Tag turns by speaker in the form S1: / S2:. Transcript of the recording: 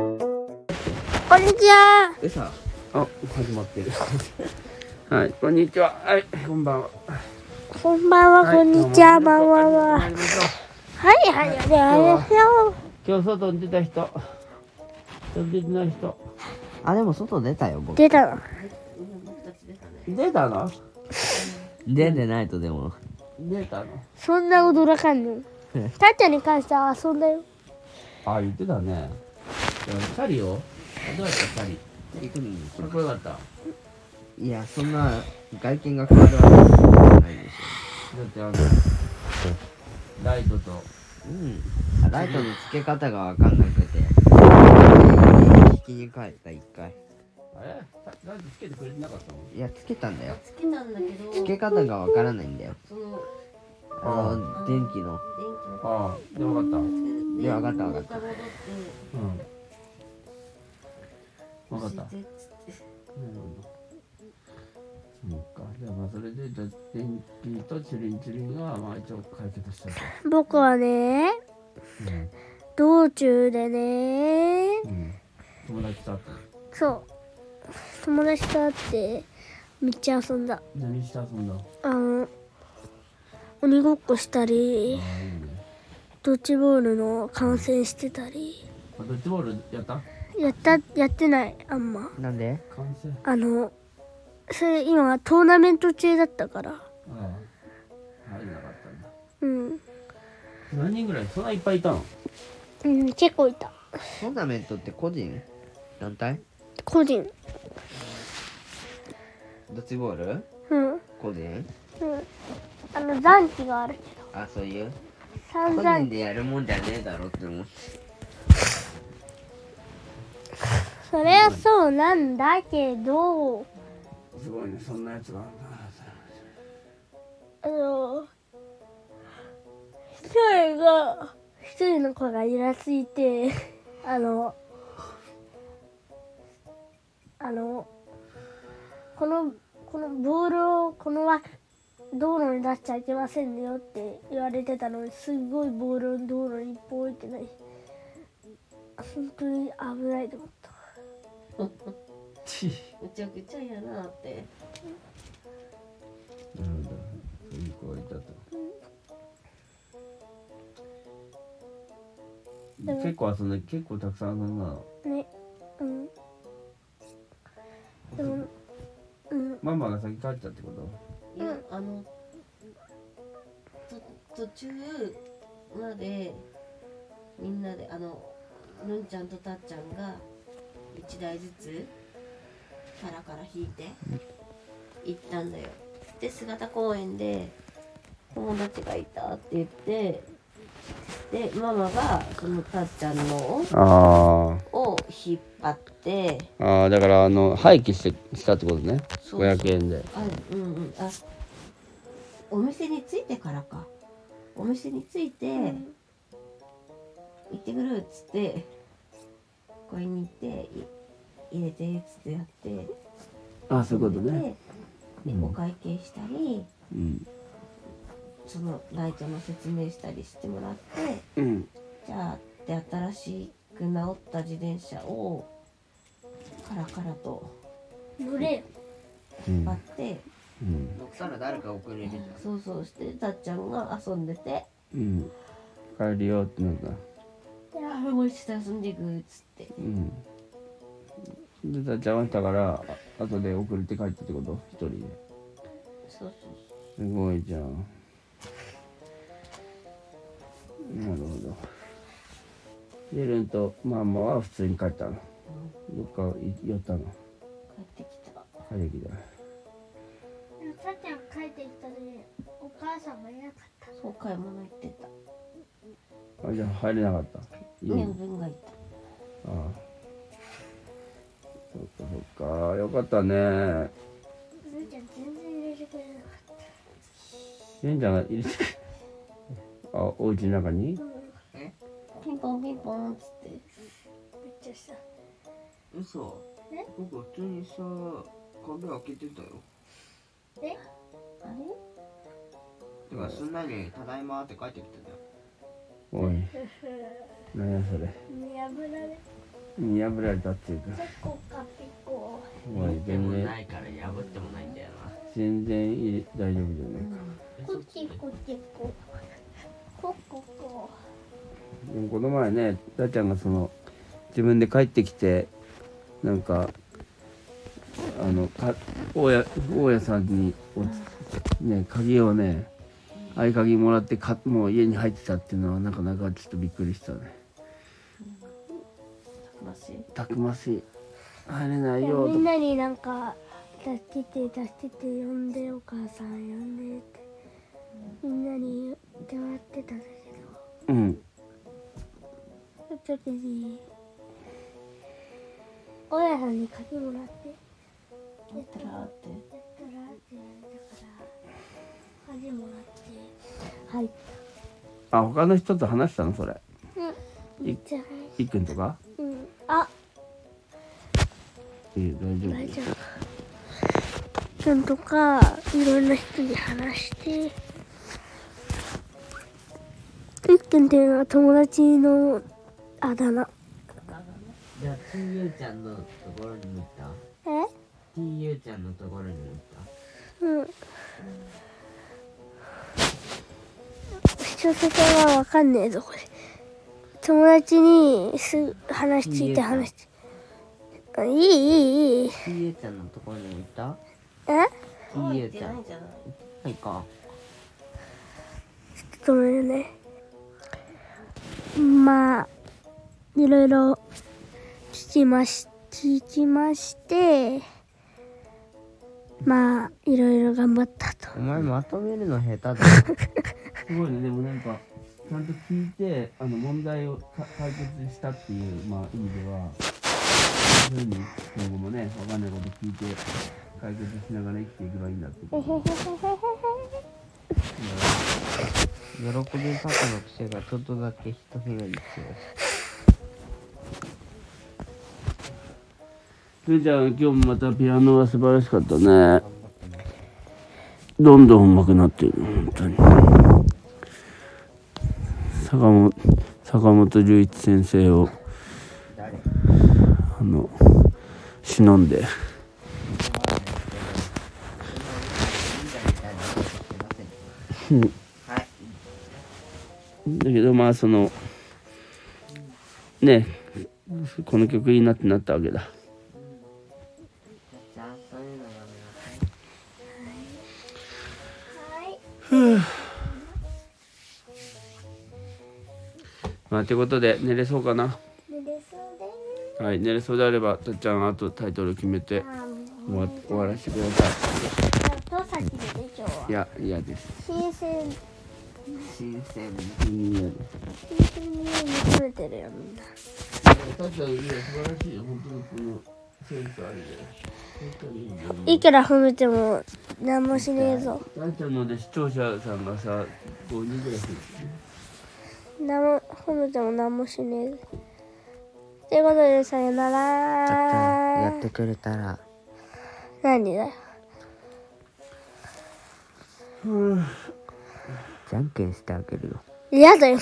S1: こんにちは。
S2: でさあ始まってるはいこんにちははいこんばんは
S1: こんばんは、こんにちは、ばんはは。
S2: ありがとう
S1: はい、はい、はい、はい、は
S2: 今日外に出た人外に出てない人
S3: あ、でも外出たよ、
S1: い。
S3: 僕。
S1: 出たの。
S2: 出たの
S3: 出てないとでも。
S2: 出たの
S1: そんな驚かんの。たっちゃんに関しては遊んだよ。
S2: あ言ってたねでもチャリをどうやったチャリかっこよかっただ
S3: いや、そんな外見が変わるわけじゃないでし
S2: ってあのライトと
S3: ょ。うん。ライトの付け方がわかんなくて。引きに変えた、一回。
S2: あれライトつけてくれてなかったの
S3: いや、つけたんだよ。
S4: 好きなんだけど、
S3: 付け方がわからないんだよ。
S4: その
S3: あの、電気の。
S4: 電気の
S2: ああでも分かった
S3: いやわかったわかった
S4: 元
S2: うん分
S4: から戻
S2: かった
S4: って教えてっつって
S2: なるほど。そうか。じゃあまあそれでじゃあ電気とチリンチリンがまあ一応解決したと。
S1: 僕はね、
S2: うん。
S1: 道中でね、
S2: うん。友達と会った。
S1: そう。友達と会って、めっちゃ遊んだ。
S2: 何して遊んだ。あ
S1: あの、鬼ごっこした
S2: あいい
S1: り、
S2: ね。
S1: ドッジボールの観戦してたり。
S2: あドッジボールやった？
S1: やった、やってない、あんま。
S3: なんで
S2: 完成。
S1: あの、それ今トーナメント中だったから。
S2: ああ。入れなかったんだ。
S1: うん。
S2: 何人ぐらい？そんないっぱいいたの？
S1: うん、結構いた。
S3: トーナメントって個人団体
S1: 個人。
S3: ドッジボール
S1: うん。うん。
S3: 個人
S1: あの、残機があるけど。
S3: あ、そういう
S1: 散
S3: 個
S1: 々
S3: 人、でやるもんじゃねえだろって思って。
S1: それはそうなんだけど、
S2: すごいね。そんなやつがあるん
S1: あ
S2: だ
S1: の、一人が、一人の子がイラついて、あの、あの、この、このボールをこの枠、道路に出しちゃいけませんよって言われてたのに、すごいボールを道路に一歩置いてない。本当に危ないと思った。
S2: ちっ
S4: むちゃくちゃやなって
S2: なるほど。そういう子がいたと。
S1: でも
S2: 結構遊んで結構たくさん遊んだの。
S1: ね、うん。でも、うん。
S2: ママが先帰っちゃってこと？
S4: いや、あのと途中までみんなであののんちゃんとたっちゃんが一台ずつタラから引いて行ったんだよで姿公園で友達がいたって言ってでママがそのたっちゃんの
S2: ああ。
S4: を引っ張って
S2: ああだからあの廃棄してしたってことね
S4: そうそう
S2: 500円で
S4: あうんうんあお店に着いてからかお店に着いて、行ってくるっつってこれに行ってい入れてっつってやって
S2: あそういうこと
S4: 入れ
S2: ね
S4: てでお会計したり
S2: うん
S4: そのライトの説明したりしてもらって
S2: うん
S4: じゃあで新しく直った自転車をカラカラと
S1: 乗れよ。
S2: う
S4: 引っ張っ
S2: ん
S4: て、
S2: うん
S3: 乗ったら誰か遅れるじゃん。
S4: そうそうしてたっちゃんが遊んでて
S2: うん帰るよってなった
S4: 「いやーもう一度遊んでいく」っつって
S2: うんでたっちゃんは来たからあ後で送って帰ったってこと一人で
S4: そうそう
S2: すごいじゃんなるほどでルンとママは普通に帰ったのどっかい寄ったの
S4: そう帰ってきた
S2: 帰ってきた
S1: さっちゃん帰ってきた時お母さんがいなかった。
S4: そう買い物行ってた
S2: あじゃあ入れなかった家に
S4: 年分がいた
S2: ああそっかそっかよかったね
S1: さっちゃん全然入れてくれなかっ
S2: レンちゃんが入れて あお家の中に
S1: た。うん、
S4: ピンポンピンポンっつって
S1: めっちゃした。
S3: 嘘
S1: え
S3: 僕普通にさ壁開けてたよ
S1: え
S4: あれ
S3: てかすんなり「ただいま」って帰ってきてたよ
S2: おい何やそれ
S1: 見破られ
S2: 見破られたっていうか
S1: チョコかピコ
S2: おい
S5: で
S2: 全
S5: も
S2: 然
S5: ないから破ってもないんだよな。
S2: 全然いい大丈夫じゃないか
S1: コキコキココココ
S2: でもこの前ねだちゃんがその自分で帰ってきてなんかあのか大家大家さんにおつね鍵をね合鍵もらってかもう家に入ってたっていうのはなかなかちょっとびっくりしたね
S4: たくましい
S2: たくましい入れな
S1: い
S2: い
S1: や
S2: よ
S1: み
S2: と
S1: ん
S2: か
S1: なになんか助けて助けて呼んでお母さん呼んでってみんなに言ってもらってたんだけど
S2: うん
S1: その時に親さんに鍵もらって
S4: やったらって
S1: やったらって言われたから鍵もらって入っ
S2: あ他の人と話したのそれ
S1: ためっちゃ
S2: いっくんとか
S1: うんあ
S2: いい大丈夫
S1: 大丈夫ちゃんとかいろんな人に話していっくんっていうのは友達のあだ名
S5: じゃあ TU ちゃんのところに行った
S1: え
S5: ?TU ちゃんのところに行った
S1: うん視聴者はわかんねえぞこれ友達にすぐ話聞いて話してあいいいいいい
S3: TU ちゃんのところに行った
S1: え
S4: 入
S3: ?TU
S4: って
S3: ちゃ
S4: なんい。じゃない
S3: はいか。
S1: ごめんね。まあ、いろいろ聞きまし、聞きまして、まあ、いろいろ頑張ったと。
S3: お前まとめるの下 手だ。
S2: すごいねでもなんかちゃんと聞いてあの問題をか解決したっていう、まあ、意味ではそういうふうに今後もねわかんないこと聞いて解決しながら生きていけばいいんだってことね
S3: 喜び方の癖がちょっとだけ人ひねり強い。
S2: ふーちゃん今日もまたピアノは素晴らしかったねどんどん上手くなってる本当に坂本坂本龍一先生をあの忍んでだけどまあそのねこの曲いいなってなったわけだ
S5: じゃあそういうのがね。
S2: まあということで寝れそうかな
S1: 寝れそうだ
S2: はい寝れそうであればたっちゃんあとタイトル決めて
S1: な。
S2: 終わ終わらせてくださ
S1: と先でね、今日はい
S2: い。や嫌です
S1: 新鮮、
S5: 新鮮に。
S2: 嫌です
S1: 新鮮に求めてるよ、みんな。
S2: たっちゃんいいよ素晴らしいよ本当にこのセンスあるね本当にいいよ
S1: いくら褒めても、何もしねえぞ。
S2: たっちゃんので視聴者さんがさ5人ぐらい増えてる
S1: 何も、褒めても何もしねえぞ。ということで、さよなら。
S3: やってくれたら。
S1: 何だよ。
S3: じゃんけんしてあげるよ。
S1: 嫌だよ。